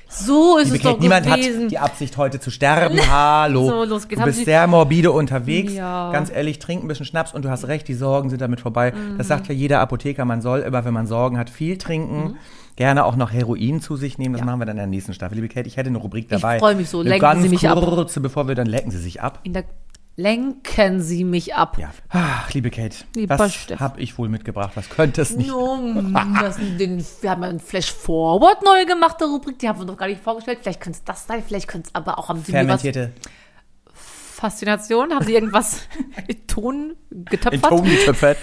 So ist
Liebe
es doch
Kate, niemand
gewesen.
hat die Absicht, heute zu
[laughs]
sterben. Hallo.
So, los geht's.
Du
Haben
bist
Sie-
sehr morbide unterwegs.
Ja.
Ganz ehrlich, trink ein bisschen Schnaps und du hast recht, die Sorgen sind damit vorbei. Das
Mhm.
sagt ja jeder Apotheker, man soll immer, wenn man Sorgen hat, viel trinken. Gerne auch noch Heroin zu sich nehmen. Das machen wir dann in der nächsten Staffel. Liebe Kate, ich hätte eine Rubrik dabei.
freu mich so.
Eine
Lenken
ganz
Sie mich ab.
kurze, bevor wir dann lecken Sie sich ab.
In der Lenken Sie mich ab.
Ja. Ach, liebe Kate,
Lieber
was
Steff.
habe ich wohl mitgebracht? Was könnte es nicht?
Nun, um das, den, wir haben ja einen Flash Forward neu gemacht, der Rubrik, die haben wir noch gar nicht vorgestellt. Vielleicht könnte es das sein, vielleicht könnte es aber auch haben Sie mir was.
Fermentierte
Faszination, haben
[laughs]
Sie irgendwas in Ton
in
getöpfert?
Ton
[laughs]
getöpfert.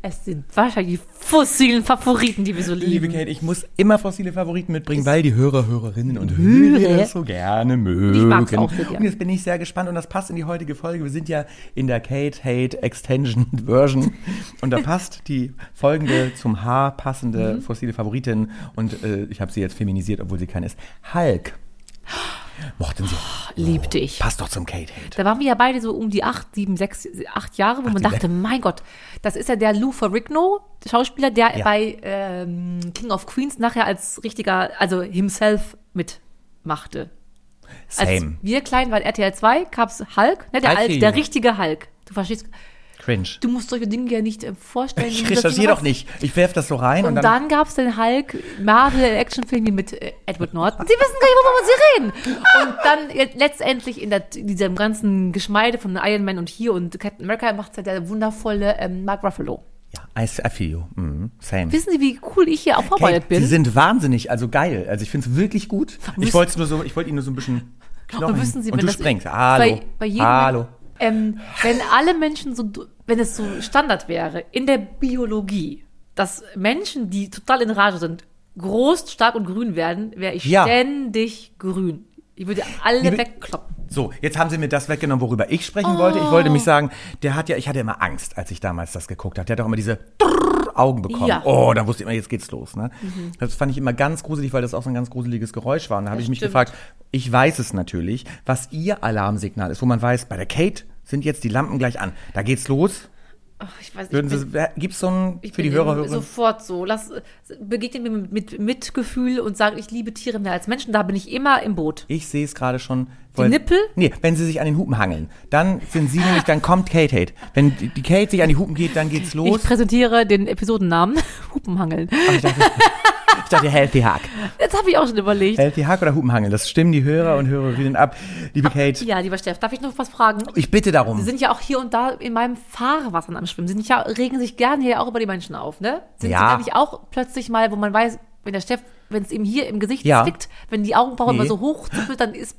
Es sind wahrscheinlich die fossilen Favoriten, die wir so
Liebe
lieben.
Kate, ich muss immer fossile Favoriten mitbringen, weil die Hörer, Hörerinnen und Hörer es so gerne mögen.
mag's auch sehr gerne.
Und jetzt bin ich sehr gespannt und das passt in die heutige Folge. Wir sind ja in der Kate Hate Extension [laughs] Version und
[laughs]
da passt die folgende zum Haar
Mhm.
passende fossile Favoritin und äh, ich habe sie jetzt feminisiert, obwohl sie keine ist. Hulk. Mochten Sie.
Liebte Oh, ich.
Passt doch zum Kate Hate.
Da waren wir ja beide so um die acht, sieben, sechs, acht Jahre, wo man
sieben,
dachte, mein Gott, das ist ja der Lou Ferrigno, Schauspieler, der
Ja.
bei ähm, King of Queens nachher als richtiger, also himself mitmachte. Als
Same.
wir klein waren, RTL 2, gab's Hulk, ne, der,
Hulk
alte,
Hogan.
der richtige Hulk. Du verstehst,
Cringe.
du musst solche Dinge ja nicht äh, vorstellen.
Ich
wenn du das
recherchiere doch
machst.
nicht. Ich werf das so rein
Und dann gab's den Hulk, Marvel Actionfilm hier mit äh, Edward Norton. Sie wissen gar nicht, worüber sie reden. Und dann jetzt letztendlich in, der, in diesem ganzen Geschmeide von Iron Man und hier und Captain America macht's ja der wundervolle ähm, Mark Ruffalo.
Ja, I, I feel you. Mhm. Same.
Wissen Sie, wie cool ich hier auch vorbereitet
Kate, Sie
bin?
sind wahnsinnig, also geil. Also ich finde es wirklich gut. Ich
Wissen-
wollte nur so, ich wollte Ihnen nur so ein bisschen Knochen.
Und wissen Oh, Sie,
und
wenn
du
das
sprengst. Hallo.
Bei, bei jedem,
Hallo.
Ähm, wenn alle Menschen so, du- wenn es so Standard wäre in der Biologie, dass Menschen, die total in Rage sind, groß, stark und grün werden, wäre ich
Ja.
ständig grün. Ich würde alle
Liebe-
wegkloppen.
So, jetzt haben Sie mir das weggenommen, worüber ich sprechen wollte. Ich wollte
Oh.
mich sagen, der hat ja, ich hatte immer Angst, als ich damals das geguckt habe. Der hat doch immer diese Trrrr Augen bekommen.
Ja. Mhm.
Oh, da wusste ich immer, jetzt geht's los. Ne? Das fand ich immer ganz gruselig, weil das auch so ein ganz gruseliges Geräusch war. Und da habe ich mich
stimmt.
gefragt, ich weiß es natürlich, was Ihr Alarmsignal ist, wo man weiß, bei der Kate sind jetzt die Lampen gleich an. Da geht's los.
Ach, ich weiß
Würden
ich
Sie, gibt's so ein,
ich
für die
bin
Hörer,
eben
Hörerinnen?
Sofort so. Lass, begegne mir mit, mit Mitgefühl und sage, ich liebe Tiere mehr als Menschen. Da bin ich immer im Boot.
Ich sehe es gerade schon.
Die Nippel?
Nee, wenn sie sich an den Hupen hangeln, dann sind sie nämlich, dann kommt Kate Hate. Wenn die- die Kate sich an die Hupen geht, dann geht's los.
Ich präsentiere den Episodennamen. [laughs] Hupenhangeln.
Ach, ich, dachte, ich dachte Healthy Hack.
Jetzt habe ich auch schon überlegt.
Healthy Hack oder Hupenhangeln, das stimmen die Hörer und Hörerinnen ab. Liebe Kate,
Ja, lieber Steff, darf ich noch was fragen?
ich bitte
Sie
darum.
sind ja auch hier und da in meinem Fahrwassern am Schwimmen. Sie sind ja, regen sich gerne hier auch über die Menschen auf, ne? Sind
Ja.
Sie da nicht auch plötzlich mal, wo man weiß, wenn der Steff, wenn es ihm hier im Gesicht
Ja.
zwickt, wenn die Augenbrauen
Nee.
mal so hoch zuppelt, dann ist,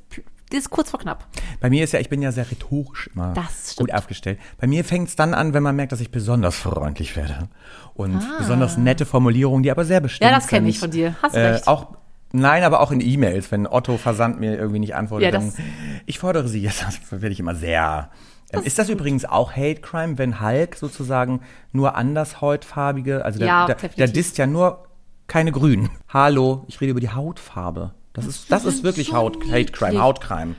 ist kurz vor knapp.
Bei mir ist ja, ich bin ja sehr rhetorisch immer
Das stimmt.
gut aufgestellt. Bei mir fängt es dann an, wenn man merkt, dass ich besonders freundlich werde. Und besonders nette Formulierungen, die aber sehr bestimmt
Ah. Ja, das kenne ich
sind.
von dir. Hast du
äh,
recht.
auch Nein, aber auch in E-Mails, wenn Otto Versand mir irgendwie nicht antwortet.
Ja,
dann,
das-
ich fordere sie, jetzt [laughs] werde ich immer sehr. Ähm, ist das übrigens auch Hate Crime, wenn Hulk sozusagen nur anders hautfarbige, also der,
Ja,
der, der
definitiv.
disst ja nur keine Grünen. Hallo, ich rede über die Hautfarbe. Das ist, das ist
sind
wirklich
so
Haut, Hate Crime,
niedlich.
Hautcrime.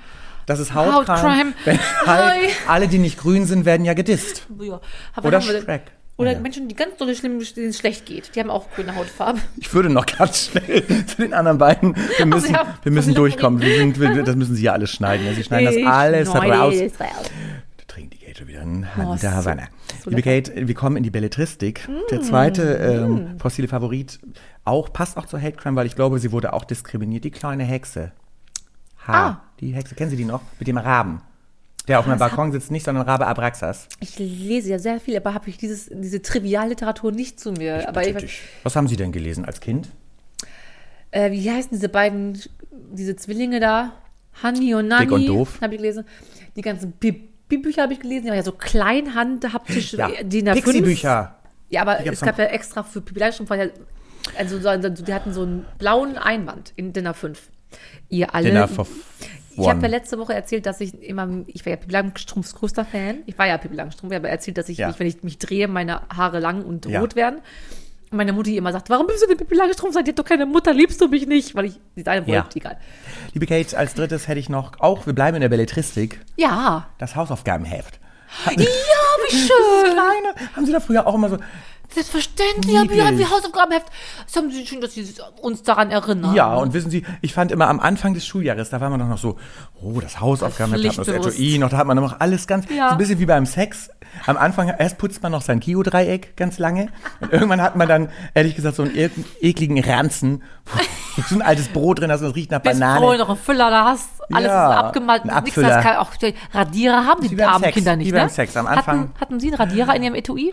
Das ist Hautcrime.
Hautcrime.
Wenn
Hi.
Hulk, alle, die nicht grün sind, werden ja gedisst.
Ja.
Oder
haben wir denn-
Shrek.
Oder
Ja.
Menschen, die ganz dolle schlimm, denen es schlecht geht. Die haben auch grüne Hautfarbe.
Ich würde noch ganz schnell [laughs] zu den anderen beiden. Wir müssen,
Also ja,
wir müssen
sorry.
durchkommen. Wir sind, wir, das müssen sie ja alles schneiden. Ja, sie schneiden das alles raus. Da trinkt die Kate schon wieder einen Hand
Oh, so-
Havanna.
so Mm.
Liebe Kate, wir kommen in die Belletristik. Der zweite ähm, fossile Favorit auch, passt auch zu Hate Crime, weil ich glaube, sie wurde auch diskriminiert. Die kleine Hexe. Ha,
Ah.
die Hexe, kennen Sie die noch? Mit dem Raben. Der auf meinem Balkon sitzt nicht, sondern Rabe Abraxas.
Ich lese ja sehr viel, aber habe ich dieses, diese Trivialliteratur nicht zu mir. aber ich,
Natürlich. Was haben Sie denn gelesen als Kind?
äh, wie heißen diese beiden, diese Zwillinge da? Hanni und Nanni.
Dick und doof.
Habe ich gelesen. Die ganzen Pipi-Bücher habe ich gelesen. Die waren ja so kleinhandhaptisch.
Ja,
äh, DIN A5.
Pixie-Bücher.
Ja, aber
gab's
es gab ja extra für Pipi Langstrumpf, war ja Also so- so- die hatten so einen blauen Einband in Dinner 5. Ihr alle.
Dinner for
Ne? ich habe ja
one.
letzte Woche erzählt, dass ich immer, ich war ja Pippi Langstrumpfs größter Fan. Ich war ja Pippi Langstrumpf, ich habe erzählt, dass ich,
Ja.
mich, wenn ich mich drehe, meine Haare lang und
Ja.
rot werden. Und meine Mutti immer sagt, warum bist du denn Pippi Langstrumpf? Seid ihr doch keine Mutter, liebst du mich nicht? Weil ich die deine
Ja.
wollte, egal.
Liebe Kate, als drittes hätte ich noch, auch wir bleiben in der Belletristik,
Ja,
das Hausaufgabenheft. [laughs]
wie schön.
Kleine, haben Sie da früher auch immer so,
Selbstverständlich haben wir, haben wir
Niedlich.
Hausaufgabenheft. Das haben sie schön, dass sie uns daran erinnern.
ja, und wissen Sie, ich fand immer am Anfang des Schuljahres, da war man doch noch so, oh, das Hausaufgabenheft, da hat man das
Pflichtbewusst.
Etui noch, da hat man noch alles ganz,
Ja.
so ein bisschen wie beim Sex. Am Anfang, erst putzt man noch sein Kio-Dreieck ganz lange und irgendwann hat man dann, ehrlich gesagt, so einen irg- ekligen Ranzen, wo [laughs] so ein altes Brot drin hast und es riecht nach
Bist froh,
Banane.
noch einen Füller da hast, alles
Ja,
ist abgemalt,
ein
nix, das
Abfüller.
kann auch die Radierer haben
Wie
die
beim
armen
Sex,
Kinder nicht,
wie beim
ne?
Sex am Anfang.
Hatten, hatten Sie einen Radierer in Ihrem Etui?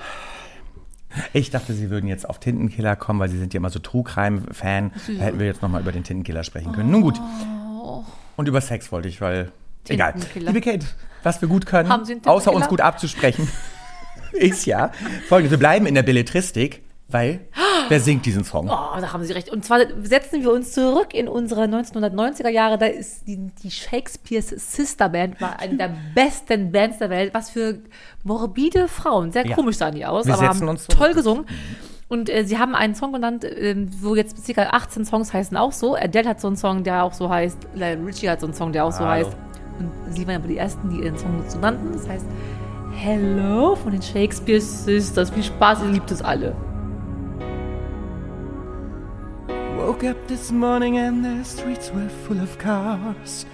Ich dachte, Sie würden jetzt auf Tintenkiller kommen, weil Sie sind ja immer so True Crime-Fan. Da hätten wir jetzt nochmal über den Tintenkiller sprechen können. Nun gut.
Oh.
Und über Sex wollte ich, weil. Egal.
Tintenkiller.
Liebe Kate, was wir gut können,
Haben Sie einen
außer
Tintenkiller?
uns gut
[laughs]
abzusprechen, ist ja folgendes. Wir bleiben in der Belletristik, weil
[gasps]
wer singt diesen Song?
Oh, da haben Sie recht. Und zwar setzen wir uns zurück in unsere 1990er Jahre. Da ist die, die Shakespeare's Sister Band war
[laughs]
eine der besten Bands der Welt. Was für morbide Frauen. Sehr
Ja.
komisch sahen die aus,
Wir
aber
setzen
haben
uns zurück.
toll gesungen. Und äh, sie haben einen Song genannt, ähm, wo jetzt ca. 18 Songs heißen auch so. Adele hat so einen Song, der auch so heißt. Lionel Richie hat so einen Song, der auch so
Hallo.
heißt. Und sie waren aber die Ersten, die ihren Song dazu nannten. Das heißt Hello von den Shakespeare Sisters. Viel Spaß, ihr liebt es alle.
Woke up this morning and the streets were full of cars,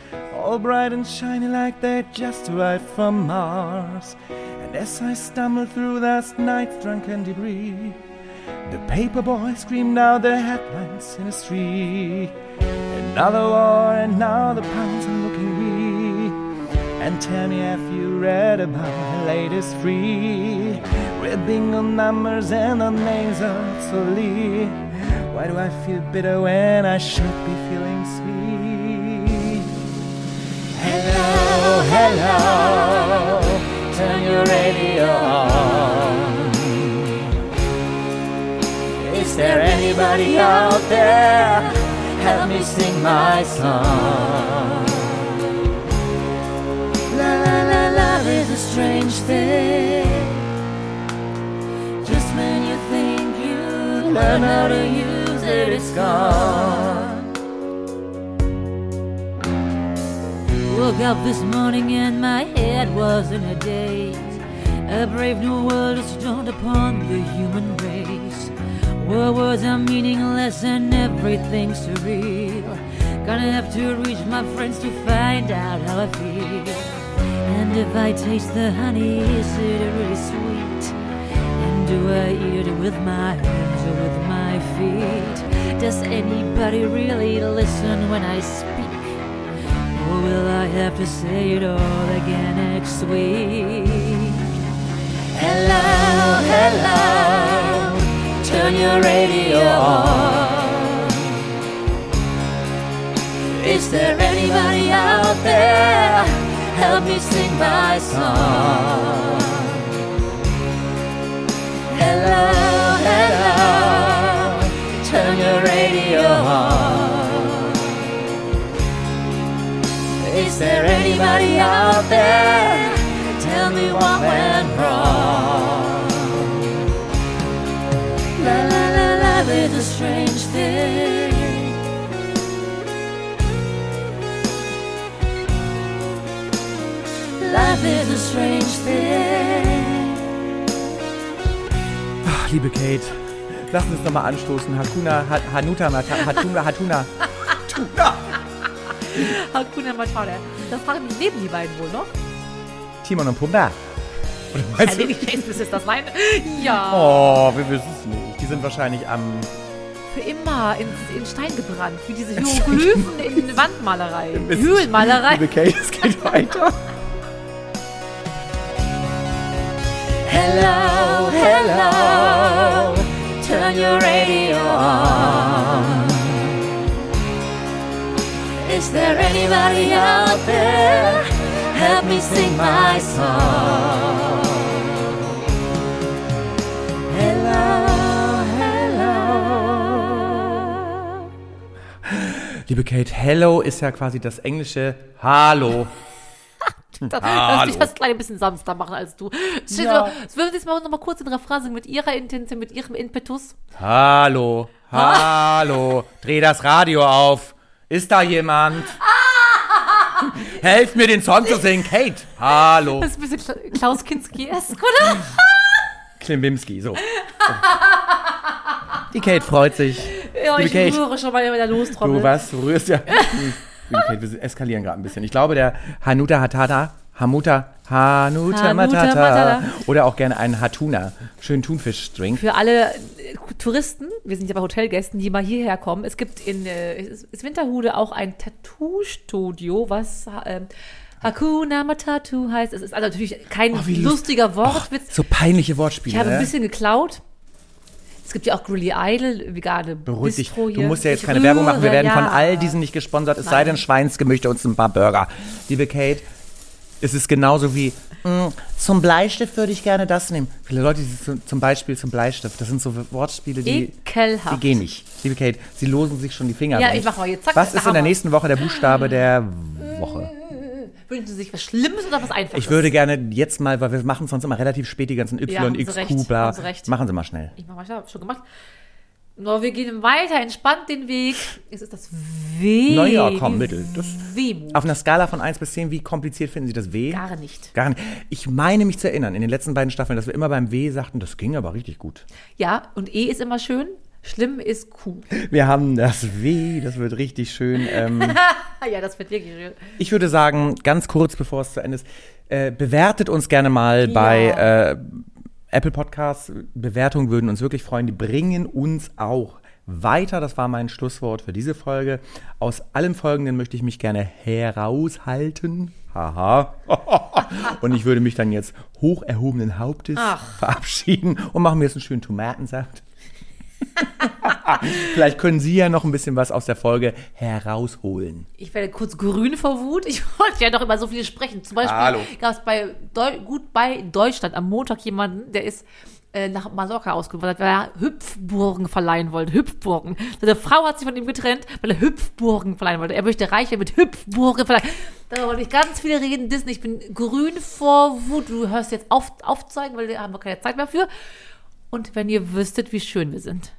all bright and shiny like they just arrived from Mars. And as I stumbled through last night's drunken debris, the paper boy screamed out the headlines in the street. Another war, and now the pounds are looking weak. And tell me if you read about the latest free Ripping on numbers and on names obsolete Why do I feel bitter when I should be feeling sweet? Hello, hello Turn your radio on Is there anybody out there? Help me sing my song La la la, love is a strange thing. Just when you think you learn how to use it, it's gone.
Woke up this morning and my head was in a daze. A brave new world is dawned upon the human race. Where words are meaningless and everything's surreal. Gonna have to reach my friends to find out how I feel. And if I taste the honey, is it really sweet? And do I eat it with my hands or with my feet? Does anybody really listen when I speak? Or will I have to say it all again next week? Hello, hello, turn your radio on. Is there anybody out there? Help me sing my song. Hello, hello, turn your radio on. Is there anybody out there? Tell me what went wrong. La la la, love is a strange thing. Life is a strange thing.
Ach, liebe Kate, lass uns nochmal anstoßen. Hakuna, ha Hanuta, Mata- Hatuna, Hatuna.
Hakuna Matata. Da fragen mich neben die beiden [laughs] wohl noch.
Timon und Pumba. Oder weißt du?
die Shakespeare ist das mein. Ja.
Oh, wir wissen es nicht. Die sind wahrscheinlich am.
Für immer ins, in Stein gebrannt. Wie diese Hieroglyphen in Wandmalerei. [laughs] Höhlenmalerei.
Liebe Kate, es geht weiter.
Hello, hello, turn your radio on. Is there anybody out there? Help me sing my song. Hello, hello,
Liebe Kate, hello ist ja quasi das englische Hallo.
Das,
Hallo.
lass mich das kleine bisschen sanfter machen als du.
Ja.
Ja. Würden Sie jetzt mal noch mal kurz den Refrain singen mit Ihrer Intention, mit Ihrem Impetus?
Hallo, hallo, dreh das Radio auf. Ist da jemand? Helft mir den Song zu singen, Kate.
[laughs]
Hallo.
Das ist ein bisschen Kla- Klaus Kinski-esk, oder?
Klimbimski, so. Die Kate freut sich.
[laughs] Ja,
Liebe
ich
Kate.
rühre schon mal in meiner
Du
Lostrommel.
was? Du rührst ja. Liebe Kate, wir eskalieren gerade ein bisschen. Ich glaube, der Hanuta Hatata, Hamuta, Hanuta
Hanuta
Matata
Matata.
oder auch gerne einen Hatuna, schönen Thunfisch-Drink.
Für alle äh, Touristen, wir sind ja bei Hotelgästen, die mal hierher kommen, es gibt in äh, es ist Winterhude auch ein Tattoo-Studio, was ähm, Hakuna Matatu heißt. Es ist also natürlich kein
Oh, wie lust-
lustiger Wortwitz.
So peinliche Wortspiele.
Ich habe ein
ne?
bisschen geklaut. Es gibt ja auch Grilly Idol, vegane
Beruhig dich.
Bistro
Du
hier.
musst ja jetzt
Ich
keine Werbung machen. Wir
rühre,
werden von
ja.
all diesen nicht gesponsert. Es sei
Nein.
denn, Schweinsge möchte uns ein paar Burger. Liebe Kate, es ist genauso wie mm, zum Bleistift würde ich gerne das nehmen. Viele Leute, die zum, zum Beispiel zum Bleistift, das sind so Wortspiele, die,
Ekelhaft.
die gehen nicht. Liebe Kate, sie losen sich schon die Finger.
Ja,
weg.
ich mach mal jetzt. Zack,
Was ist in
Hammer.
der nächsten Woche der Buchstabe der Woche?
Wünschen Sie sich was Schlimmes oder was Einfaches?
Ich würde gerne jetzt mal, weil wir machen sonst immer relativ spät die ganzen Y,
Ja, haben Sie
X,
recht,
Kuba.
haben Sie recht.
Machen Sie mal schnell.
Ich mache weiter, hab schon gemacht. Nur wir gehen weiter, entspannt den Weg. Es ist das W.
Neujahr komm, Mittel. Das,
Wehmut.
auf einer Skala von 1 bis 10, wie kompliziert finden Sie das W?
Gar nicht.
Gar nicht. Ich meine mich zu erinnern, in den letzten beiden Staffeln, dass wir immer beim W sagten, das ging aber richtig gut.
Ja, und E ist immer schön. Schlimm ist Q.
Wir haben das W, das wird richtig schön. Ähm,
Ah ja, das wird wirklich schön.
ich würde sagen, ganz kurz, bevor es zu Ende ist, äh, bewertet uns gerne mal bei äh, Apple Podcasts. Bewertungen würden uns wirklich freuen. Die bringen uns auch weiter. Das war mein Schlusswort für diese Folge. Aus allem Folgenden möchte ich mich gerne heraushalten. Haha. [laughs] und ich würde mich dann jetzt hoch erhobenen Hauptes verabschieden und machen mir jetzt einen schönen Tomatensaft. [laughs] Vielleicht können Sie ja noch ein bisschen was aus der Folge herausholen.
Ich werde kurz grün vor Wut. Ich [laughs] wollte ja doch immer so viel sprechen. Zum
Hallo.
Beispiel gab es bei Deu gut bei Deutschland am Montag jemanden, der ist äh, nach Mallorca ausgewandert, weil er Hüpfburgen verleihen wollte. Hüpfburgen. Seine Frau hat sich von ihm getrennt, weil er Hüpfburgen verleihen wollte. Er möchte Reiche mit Hüpfburgen verleihen. Darüber wollte ich ganz viele reden. Disney, ich bin grün vor Wut. Du hörst jetzt auf, aufzeigen, weil da haben wir keine Zeit mehr für. Und wenn ihr wüsstet, wie schön wir sind.